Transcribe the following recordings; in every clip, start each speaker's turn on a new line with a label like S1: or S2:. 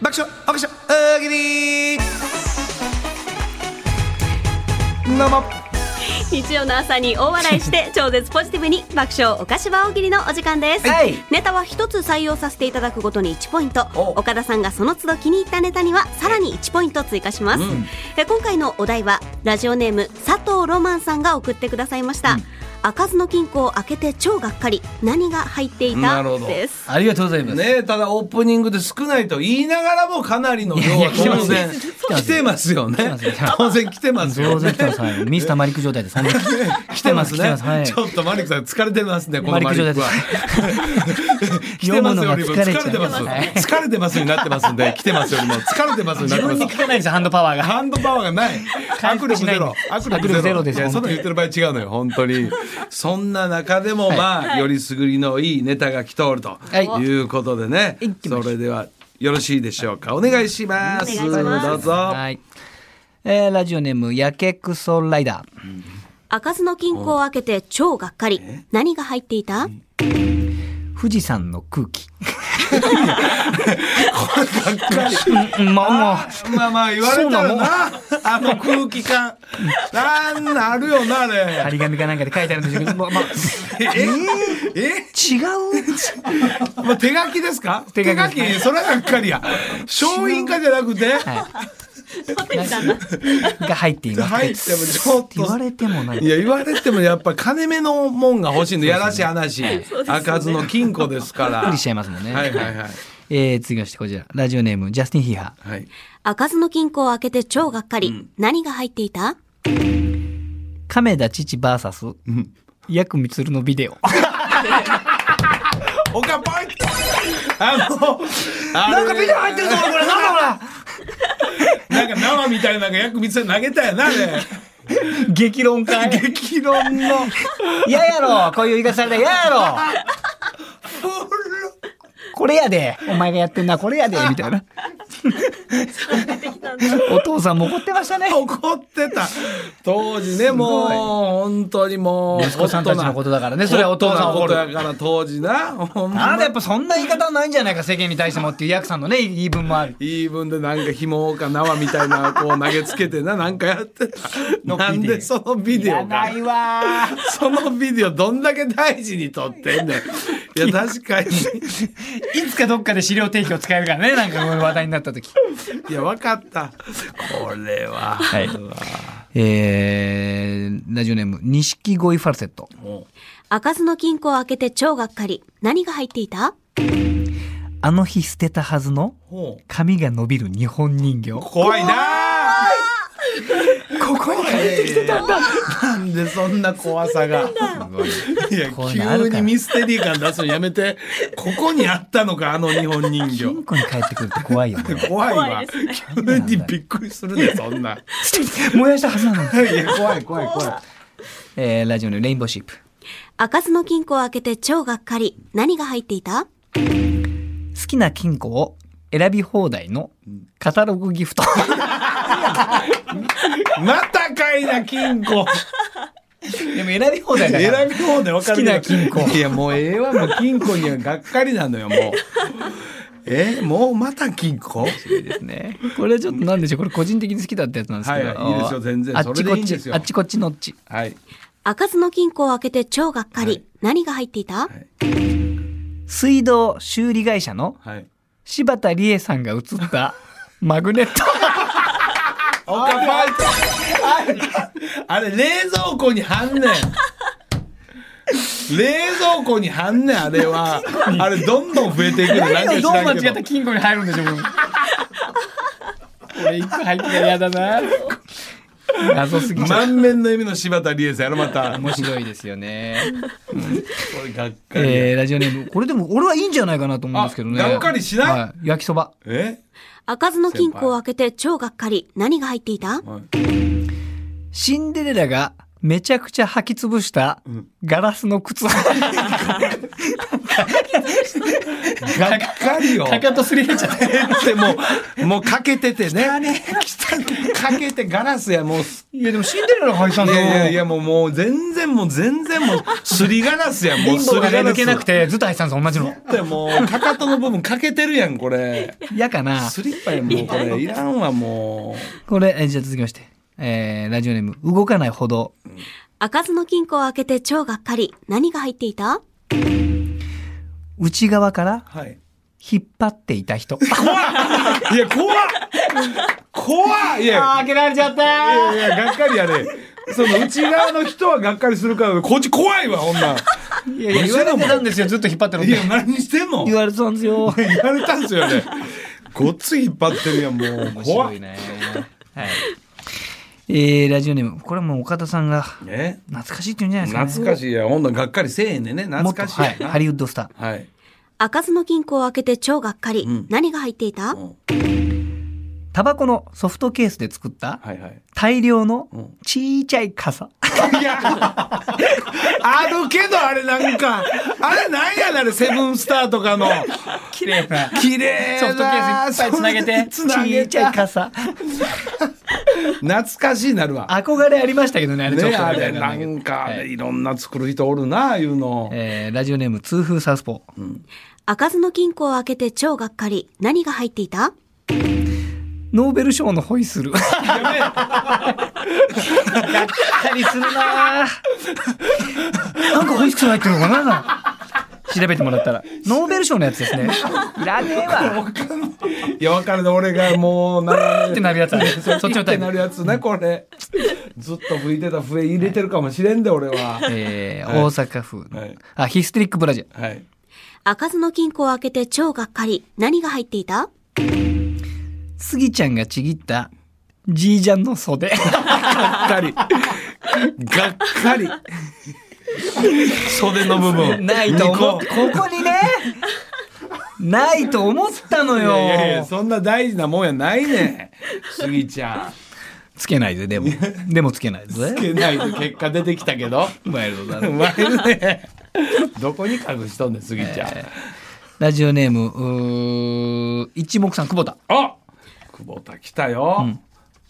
S1: 爆笑赤ちゃん大喜利どうも
S2: 日曜の朝に大笑 いして超絶ポジティブに爆笑お菓子場大喜利のお時間です、
S1: はい
S2: ネタは一つ採用させていただくごとに1ポイント
S1: お
S2: 岡田さんがその都度気に入ったネタにはさらに1ポイント追加します、
S1: うん
S2: え今回のお題はラジオネーム佐藤ロマンさんが送ってくださいました、開かずの金庫を開けて超がっかり何が入ってい
S3: な
S2: た
S3: るほど
S2: です
S3: ありがとうございます。
S1: ねえただオープニングで少ないと言いながらもかなりの量
S3: いや
S1: はい
S3: や来てま
S1: 当
S3: すね
S1: 然来てますよね当然来てますよ
S3: 来てますよ当然
S1: ね
S3: 来てます。はいミスターマリック状態 です。本当に来てます。来てます。はい。
S1: ちょっとマリックさん疲れてますねこのマ
S3: マリッ
S1: リ
S3: ク
S1: ックは 来てますよりも疲れてます
S3: 読むのが疲れちゃいます
S1: 疲れてますになってますんで来てますよりも疲れてますにな
S3: 自
S1: ってま
S3: 分
S1: す
S3: に効かないんですよ、ハンドパワーが。
S1: ハンドパワーがない。
S3: 回
S1: 握
S3: 復
S1: 力
S3: しない
S1: ゼロ。
S3: 握力ゼロです
S1: いやそん
S3: 本
S1: なの
S3: 当に
S1: 言ってる場合違うのよ、本当に。そんな中でも、まあ、よりすぐりのいいネタが来ておると
S3: い
S1: いうことでね
S3: 行。きましょ
S1: それでは、よろしいでしょうか。お願いします。
S2: お願いします
S1: どうぞ。
S3: はい。えーラジオネーム、やけくそライダー。
S2: 開かずの金庫を開けて超がっかり何が入っていた
S3: 富士山の空気。
S1: がっかり
S3: うんもう、もう。
S1: まあまあ言われたら
S3: そうな
S1: なあの空気感なんなるよなあ
S3: 張
S1: れ
S3: り紙かなんかで書いてあるんですけど、もうまあ、
S1: ええ
S3: 違う
S1: もう手書きですか手
S3: 手書
S1: 書
S3: き
S1: きそれがっかりや商品化じゃなくて
S3: が入っています。
S1: 入ってもちょっ
S3: 言
S1: と
S3: われてもない
S1: い。や言われてもやっぱ金目のもんが欲しいんでやらしい 話、開かずの金庫ですから。
S3: びっくりしちゃいますもんね
S1: はいはいはい。
S3: えー、次ましてこちら、ラジオネーム、ジャスティン・ヒーハ ー。
S1: はい、
S2: 開かずの金庫を開けて超がっかり、何が入っていた
S3: 亀田父 VS、ヤクミツルのビデオ。
S1: おかぽいあの、なんかビデオ入ってるぞこれ
S3: なんだ
S1: なんか生みたいなのが約三つ投げたやな、あ れ。
S3: これ激論会。
S1: 激論の。
S3: 嫌やろこういう言い方されたら嫌やろこれやでお前がやってんなこれやでみたいな。お父さんも怒ってましたね。
S1: 怒ってた。当時ね、もう、本当にもう。
S3: 息子さんたちのことだからね
S1: ホットな
S3: それはお父さん
S1: ホット
S3: 怒る
S1: なことやから、当時な。ほんま
S3: あなたやっぱそんな言い方はないんじゃないか世間に対してもっていうヤクさんのね言い分もある。
S1: 言い分でなんか紐か縄みたいなこう投げつけてななんかやってた
S3: の
S1: なんでそのビデオが
S3: いわ
S1: そのビデオどんだけ大事に撮ってんねんいや確かに
S3: ーいつかどっかで資料提供使えるからねなんかこういう話題になった時。
S1: いや分かったこれは、
S3: はい。えー、ラジオネーム錦鯉ファルセット。
S1: も
S2: 開かずの金庫を開けて超がっかり何が入っていた
S3: あの日捨てたはずの
S1: うもう
S3: 髪が伸びる日本人形。こ
S1: 怖いなあ
S3: こに帰ってきてたんだ。
S1: なんでそんな怖さがいや
S3: こういうのある
S1: 急
S3: から
S1: にミステリー感出すのやめてここにあったのかあの日本人
S3: 金
S1: 形
S3: 庫に帰ってくるって怖いよ ね。
S1: 怖いわ急にびっくりするでそんな
S3: 燃やしたはずなのに。
S1: いや怖い怖い怖い
S3: えー、ラジオのレインボーシップ。
S2: 開かずの金庫を開けて超がっかり何が入っていた
S3: 好きな金庫を選び放題のカタログギフト。
S1: またかいな金庫
S3: でも選び放題だから。
S1: 選び方で分かる
S3: 好きな金庫
S1: いやもうええわもう金庫にはがっかりなのよもう えもうまた金庫
S3: ですね。これちょっとなんでしょう。これ個人的に好きだったやつなんですけど。
S1: はいはいいいですよ全然
S3: あっちこ
S1: それで
S3: っ
S1: いいんです
S3: ち、
S1: よ
S3: あっちこっちのっち。
S1: はい
S2: 開かずの金庫を開けて超がっかり、
S1: はい
S2: 何が入っていた、
S1: い
S3: 水道修理会社の
S1: はい
S3: 柴田理恵さんが映ったマグネット。
S1: おかぱいあれ冷蔵庫に貼んねん冷蔵庫に貼んねんあれはあれどんどん増えていくのなんか知
S3: どう間
S1: らん
S3: 違
S1: け
S3: った
S1: ど
S3: 金庫に入るんでしょう。こ れ一個入ってたら嫌だな。謎すぎちゃう。
S1: 満面の笑みの柴田理恵さんやろまたこ
S3: 面白いですよね。
S1: れがっかりや
S3: えー、ラジオネームこれでも俺はいいんじゃないかなと思うんですけどね
S1: あがっかりしない
S3: はい、焼きそば
S1: え
S2: 開かずの金庫を開けて超がっかり何が入っていた
S3: シンデレラがめちゃくちゃ履き潰したガラスの 靴、
S1: がっかりよ
S3: かかとすり減っちゃった
S1: でももうかけててね汚ね汚ねかけてガラスやもうす
S3: いやでもシンデレラが入ったん
S1: い
S3: だ
S1: や
S3: よ
S1: いやいやもうもう全然もう全然もうすりガラスやんもう
S3: 貧
S1: す
S3: 乏
S1: り
S3: が
S1: ガ
S3: ね
S1: ラ
S3: 抜
S1: ス
S3: けなくてずっと入ってたんです同じの
S1: でもうかかとの部分かけてるやんこ れ
S3: 嫌かな
S1: スリッパやんもうこれいらんわも
S3: これえじゃあ続きましてえーラジオネーム動かない歩道
S2: 開かずの金庫を開けて超がっかり。何が入っていた
S3: 内側から
S1: うはい
S3: 引っ張っていた人
S1: いや怖っ怖っいや
S3: 開けられちゃっ
S1: いやいやがっかりやねその内側の人はがっかりするからこっち怖いわほんなん
S3: いや言われてたんですよずっと引っ張ってるっ
S1: いや
S3: て
S1: 何してんの
S3: 言われてたんですよ
S1: 言われたんですよねごっつい引っ張ってるやんもう
S3: 面
S1: 怖
S3: 白
S1: っ
S3: いねはいえーラジオネームこれもう岡田さんが
S1: ね
S3: 懐かしいって言うんじゃないです
S1: 懐
S3: か
S1: かしいやほんなんがっかりせえへんねんね
S3: ね
S1: 懐
S3: もっと
S1: かしい
S3: はい
S1: やな
S3: ハリウッドスター
S1: はい、
S2: 開かずの金庫を開けて超がっかり。
S1: うん
S2: 何が入っていた
S1: うん
S3: タバコのソフトケースで作った
S1: はいはい
S3: 大量の
S1: うん
S3: ちいちゃい傘
S1: いや、あるけどあれなんか、あれなんやねんあれセブンスターとかの。
S3: 綺麗な
S1: 綺麗な
S3: ソフトケースいっぱいつなげて
S1: つなげ
S3: ちいちゃい傘
S1: 懐かしいなるわ。
S3: 憧れありましたけどねあれちょっ
S1: ね、
S3: と
S1: あ
S3: みた
S1: れ
S3: い
S1: な
S3: なん
S1: か、
S3: はい
S1: いろんな作る人おるなあいうの。
S3: えーラジオネーム痛風サウスポー
S2: 開かずの金庫を開けて超がっかり。何が入っていた
S3: ノーベル賞のホイッスルがっかりするななんかホイッスル入ってるのかな調べてもらったらノーベル賞のやつですねいらねえわ
S1: いや、わかるね、俺がもう、な
S3: ってなるやつあるそっちのタ
S1: て
S3: イ
S1: な
S3: プ
S1: るやつね、これ。ずっと吹いてた笛入れてるかもしれんで、俺は。
S3: えー
S1: はい
S3: 大阪府の、
S1: はい
S3: あヒステリックブラジャー
S1: はい。
S2: 開かずの金庫を開けて超がっかり。何が入っていた
S3: スギちゃんがちぎったじいちゃんの袖
S1: がっかり。がっかり。袖の部分。
S3: ないと思っ
S1: 二個
S3: ここにねないと思ったの
S1: い
S3: よ
S1: やいやいや、そんな大事なもんやないねん。スギちゃん。
S3: つけないぜでもでもつけない
S1: つ
S3: ぜ
S1: けないと結果出てきたけど。
S3: ワイルドだ
S1: う
S3: な
S1: まいね。どこに隠しとんねん、スギちゃん。
S3: ラジオネームうー一目散久保田
S1: あ久保田来たよ。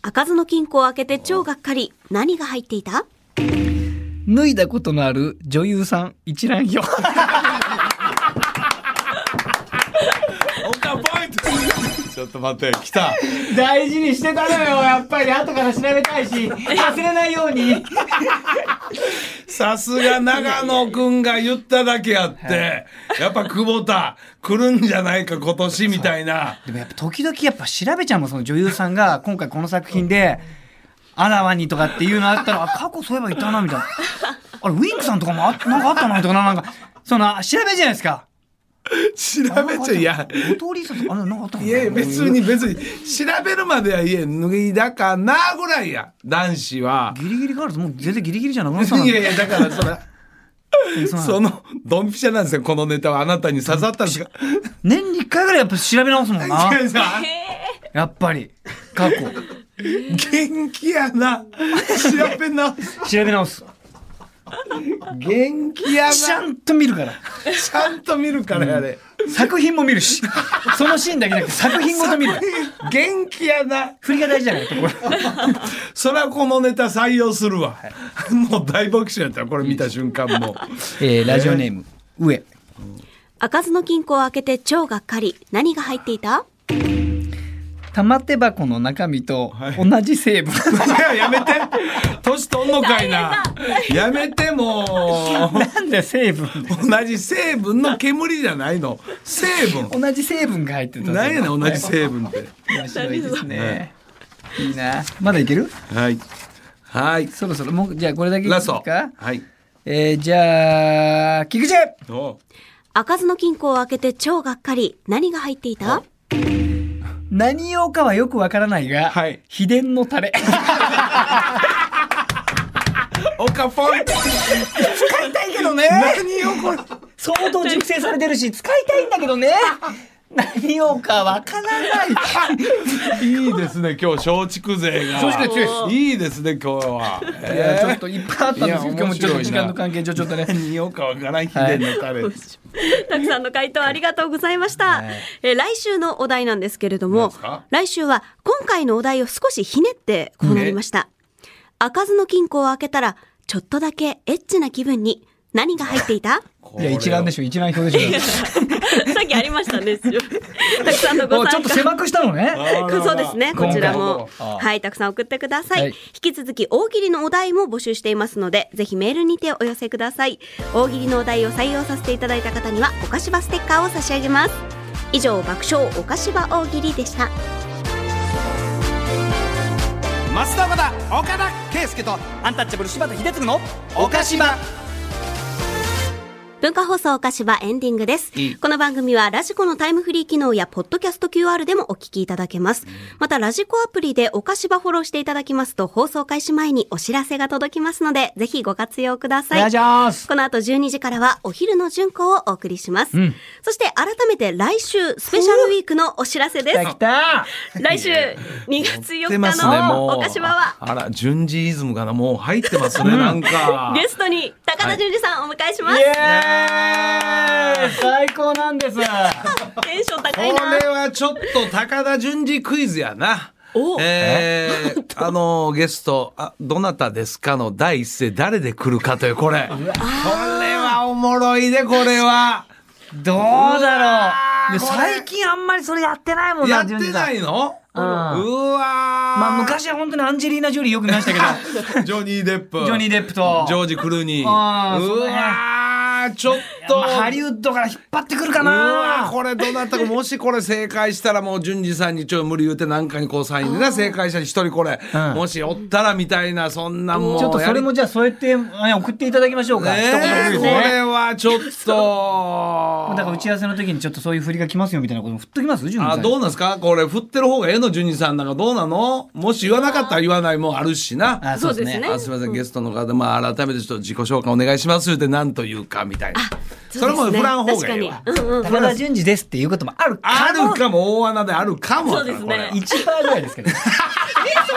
S2: 開かずの金庫を開けて超がっかり。何が入っていた
S3: 脱いだことのある女優さん一覧表
S1: オカポイン トちょっと待って、来た。
S3: 大事にしてたのよやっぱり後から調べたいし忘れないように
S1: さすが長野くんが言っただけあって、やっぱ久保田来るんじゃないか今年みたいな。
S3: でもやっぱ時々やっぱ調べちゃうもんその女優さん が今回この作品であらわにとかっていうのあったらあ過去そういえばいたなみたいなあれウィンクさんとかもあなんかあったなとかななんかその調べるじゃないですか
S1: 調べちゃいや。
S3: 後藤理沙とかあれなんかあったの
S1: いやいや別に別に調べるまではいえ脱いだかなぐらいや男子は。
S3: ギリギリガールズもう全然ギリギリじゃなくなったない
S1: やいやだからそれ
S3: そうなの
S1: そのドンピシャなんですよこのネタはあなたに刺さったんですか。
S3: 年に1回ぐらいやっぱ調べ 直すもんな
S1: 違う違う
S3: やっぱり過去
S1: 元気やな。調べな。
S3: 調べ 直す
S1: 元気やな。
S3: ち
S1: ち
S3: ゃんと見るから
S1: ゃんと見るからやれ。
S3: 作品も見るしそのシーンだけじゃなく て作品ごと見る
S1: 元気やな。
S3: 振りが大事じゃないところ
S1: そりゃこのネタ採用するわ。もう大爆笑やったわこれ見た瞬間もう。
S3: えーラジオネーム、上
S2: 開かずの金庫を開けて超がっかり。何が入っていた
S3: 玉手箱の中身と同じ成 分、
S1: いややめて。年とんのかいな。やめてもう。
S3: なんで成 分
S1: 同じ成分の煙じゃないの成分
S3: 同じ成分が入ってた
S1: 何やねん同じ成分って
S3: 面白いですねいいなまだいける
S1: はいはい
S3: そろそろもうじゃあこれだけいいで
S1: ラ
S3: す
S1: スト
S3: か
S1: はい
S3: えー、じゃあ菊池
S1: お
S2: 開かずの金庫を開けて超がっかり。何が入っていた
S3: 何用かはよくわからないが、
S1: はい
S3: 秘伝のタ レ
S1: オカポン
S3: 使いたいけどね
S1: 何よこれ
S3: 相当熟成されてるし使いたいんだけどね何をかわからない。
S1: いいですね、今日松竹勢が。
S3: 松竹強いです
S1: いいですね、今日は。
S3: いやちょっといっぱいあったんですけど、
S1: いや
S3: 今日もちょっと
S1: 面白いな
S3: 時間の関係上ちょっとね。
S1: 何をかわからん秘伝のタレ。
S2: たくさんの回答ありがとうございました。
S3: はい
S2: えー来週のお題なんですけれど
S1: 何
S2: も
S1: ですか、
S2: 来週は今回のお題を少しひねってこうなりました。開かずの金庫を開けたら、ちょっとだけエッチな気分に何が入っていた
S3: いや一覧でしょ一覧表でし
S2: さっきありましたね。一応 たくさんの
S3: ょ。
S2: ご
S3: おち
S2: 参
S3: ょっと
S2: 加。
S3: 狭くしたのね。
S1: あらら
S2: そうですね。こちらも。
S3: あ
S2: はい、たくさん送ってください。
S3: はい
S2: 引き続き、大喜利のお題も募集していますので、ぜひメールにてお寄せください。大喜利のお題を採用させていただいた方には、お菓子場ステッカーを差し上げます。以上、爆笑お菓子場大喜利でした。
S4: 増田岡田岡田圭佑とアンタッチャブル柴田秀嗣の岡島
S2: 文化放送お菓子場エンディングです、この番組はラジコのタイムフリー機能やポッドキャスト QR でもお聞きいただけます、またラジコアプリでお菓子場フォローしていただきますと放送開始前にお知らせが届きますのでぜひご活用くだ
S3: お
S2: さい
S3: 願いします。
S2: この後12時からはお昼の順行をお送りします、
S3: ん
S2: そして改めて来週スペシャルウィークのお知らせで
S3: 来た。
S2: す来週2月4
S1: 出ま
S2: 日
S1: すね、
S2: の
S1: もう。
S2: お菓子場は
S1: あら、順次イズムかな、もう入ってますね、なんか。
S2: ゲストに高田純次さんお迎えします、
S3: イエーイ最高なんです。
S2: テンショ
S1: こ
S2: ン高いな
S1: れはちょっと高田純次クイズやな。
S2: お
S1: えーあのゲストあ「どなたですか?」の第一声誰で来るかというこれこれはおもろいでこれは
S3: どうだろう。で最近あんまりそれやってないもんな。
S1: やって
S3: ジュンジさ
S1: なんいのう
S3: うん
S1: わー
S3: まあ昔は本当にアンジェリーナ・ジョリーよく見ましたけど。
S1: ジョニー・デップ
S3: ジョニー・デップと。
S1: ジョージ・クルーニーう
S3: あーそうだね
S1: わーちょっと
S3: まあハリウッドから引っ張ってくるか
S1: うわ
S3: な
S1: ーこれどなたかもしこれ正解したらもう淳二さんにちょい無理言うてなんかにこうサインでな正解者に一人これ、
S3: うん
S1: もしおったらみたいなそんなんもう
S3: ちょっとそれもじゃあそうやってね送っていただきましょうか。
S1: ね
S3: 一言
S1: え
S3: ずつ
S1: こ
S3: ね
S1: れはちょっと
S3: だから打ち合わせの時にちょっとそういう振りが来ますよみたいなことも振っときますジュンジさ
S1: あ
S3: ん。
S1: どうなんですかこれ振ってる方がええの淳二さんなんかどうなのもし言わなかったら言わないもんあるしな
S3: あそうですね。
S2: そうですね
S1: あすみませんゲストの方、まあ、改めてちょっと自己紹介お願いしますって何というかみたいなそれも振らん方がええわ
S2: 確かに、うんうん、
S3: 高田淳二ですっていうこともある
S1: あ
S3: かも
S1: るかも大穴であるかも
S2: そうですね
S1: これは
S3: 1パーぐら いですけど。えそんな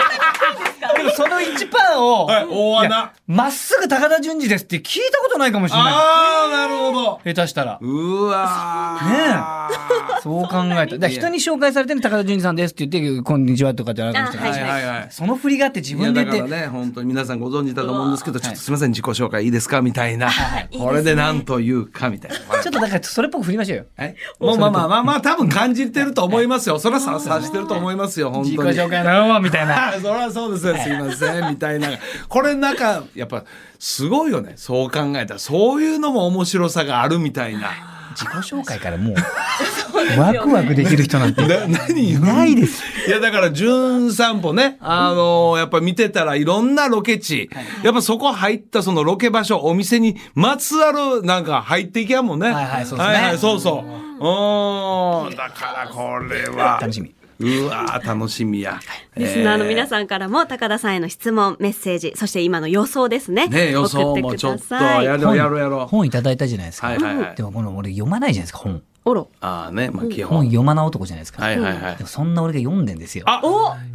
S3: にですか。でもその1パーを
S1: はい大穴
S3: まっすぐ高田淳二ですって聞いたことないかもしれな
S1: ああなるほど
S3: い。下手したら。
S1: うわー
S3: ねそう考えた。だから人に紹介されてる高田純次さんですって言って、こんにちはとかってあるかもしれない
S2: あ
S1: はいはいはい
S3: その振りがあって自
S1: いや
S3: 分で
S1: だ
S3: 言
S1: か
S3: って
S1: ら、ね本当に皆さんご存知だと思うんですけどちょっとすみません自己紹介いいですかみたいなこれで何というかみたいな
S3: ちょっとだからそれっぽく振りましょうよ。
S1: はいもうまあまあまあまあ多分感じてると思いますよそらさ察してると思いますよ本
S3: 自己
S1: 当に。
S3: 紹介のまみたいな。
S1: あ そらそうですよすいませんみたいなこれなんかやっぱすごいよねそう考えたらそういうのも面白さがあるみたいな。
S3: 自己紹介から もう、ワクワクできる人なんて。
S1: な何言う
S3: ないです。
S1: いやだから「じゅん散歩ね」あのーやっぱ見てたらいろんなロケ地、やっぱそこ入ったそのロケ場所お店にまつわるなんか入っていけやもんね
S3: はいはいそうですね
S1: はいはいそうそううんだからこれは
S3: 楽しみ。
S1: うわー楽しみや
S2: リスナーの皆
S1: ん
S2: さんからも高田さんへの質問、メッセージ、そして今の予想ですね。
S1: ね予想
S2: 送っ
S1: も
S2: てく
S1: ちょ
S2: だ
S1: っと
S2: さい
S1: やろうやろうやろう
S3: 本いただいたじゃないですか。
S1: はいはいはい
S3: でもこの俺読まないじゃないですか、本。
S2: おろ。
S1: ああねまあ基
S3: 本
S1: 本
S3: 読まな男じゃないですか。
S1: はいはいはい
S3: でもそんな俺が読んでんですよ。
S1: あ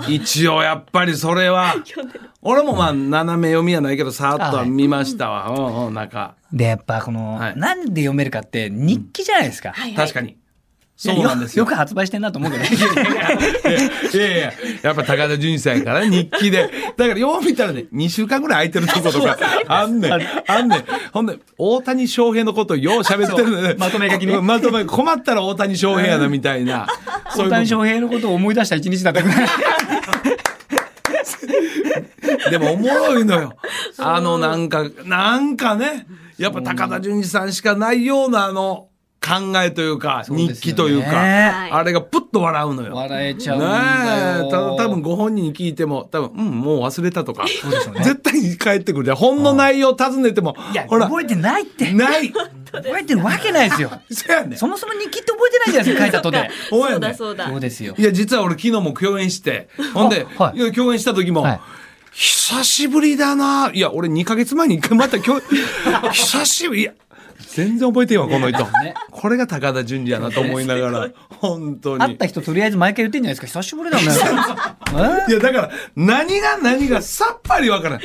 S1: 一応やっぱりそれ は俺もまあ斜め読みやないけどさーっとは見ましたわうんうんなんか
S3: で、やっぱこの、
S1: はい
S3: なんで読めるかって日記じゃないですか。
S2: はいはい。
S1: 確かにそうなんですよ
S3: よく発売してんなと 思うけど。
S1: いやいや、やっぱ高田純次さんやから日記で。だからよう見たらね、2週間ぐらい空いてるとことか、あんねん、あんねん。ほんで、大谷翔平のことをよう喋ってるのね。
S3: まとめ書きね
S1: まとめ、困ったら大谷翔平やなみたいな。そう
S3: 大
S1: いう
S3: 谷
S1: こ
S3: 翔平のことを思い出した一日だったから。
S1: と。でもおもろいの よ。あの、なんか、なんかね、やっぱ高田純次さんしかないようなあの、考えというか、 日記というか、
S3: ね
S2: はい
S1: あれがプッと笑うのよ。
S3: 笑えちゃうんだ
S1: ね
S3: よ。
S1: え、た多分ご本人に聞いても、多分、うん、もう忘れたとか、
S3: うでしょうね
S1: 絶対に帰ってくるじゃん。本の内容尋ねても
S3: いや、、
S1: ほら、
S3: 覚えてないって。
S1: ない。
S3: 覚えてるわけないですよ。
S1: そやねん。
S3: そもそも日記って覚えてないじゃないですか、書いた後で。
S1: お
S2: そ
S1: やね
S2: うだ
S1: ん
S2: そうだ。
S3: そうですよ
S1: い。や、実は俺昨日も共演 して、ほんで、
S3: あはい
S1: いや共演した時も、
S3: はい
S1: 久しぶりだな。いや、俺2ヶ月前に一回また共演、久しぶり、いや、全然覚えてんわ、この人
S3: ね。
S1: これが高田純次やなと思いな がら、本当
S3: 会っ
S1: に
S3: た。人とりあえず毎回言ってんじゃないですか久しぶりだ ね
S1: いや、だから、何が何がさっぱりわからん。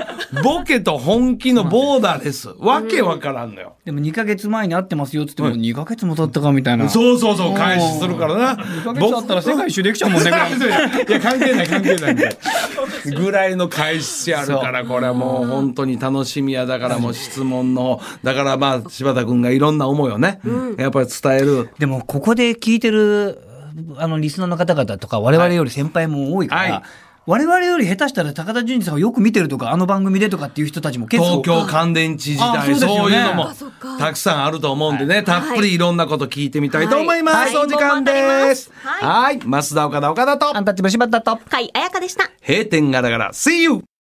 S1: ボケと本気のボーダーです。わけわからんのよ。
S3: でも2ヶ月前に会ってますよっつってもう2ヶ月も経ったかみたいな
S1: そうそうそう、開始するからな。
S3: 2ヶ月経ったら世界一周できちゃうもんねこれ
S1: いや、関係ない、関係ないみたいな。ぐらいの開始あるから、これはもう本当に楽しみや。だからもう質問の、だからまあ、柴田君がいろんな思いをね、やっぱり伝える。
S3: でもここで聞いてるあのリスナーの方々とか我々より先輩も多いから、
S1: はい
S3: 我々より下手したら高田純次さんをよく見てるとかあの番組でとかっていう人たちも結
S1: 東
S3: 構
S1: 京乾電池時
S3: あそう
S1: 代、
S3: ですよね
S1: そういうのも
S2: あそっか
S1: たくさんあると思うんでね、たっぷりいろんなこと聞いてみたいと思いま
S2: はい
S1: す。お時間です。は
S2: はい
S1: い。増田岡田岡田と
S3: ア、ンタッチャブル柴田と
S2: 甲斐彩香でした。
S1: 閉店ガラガラ、See you!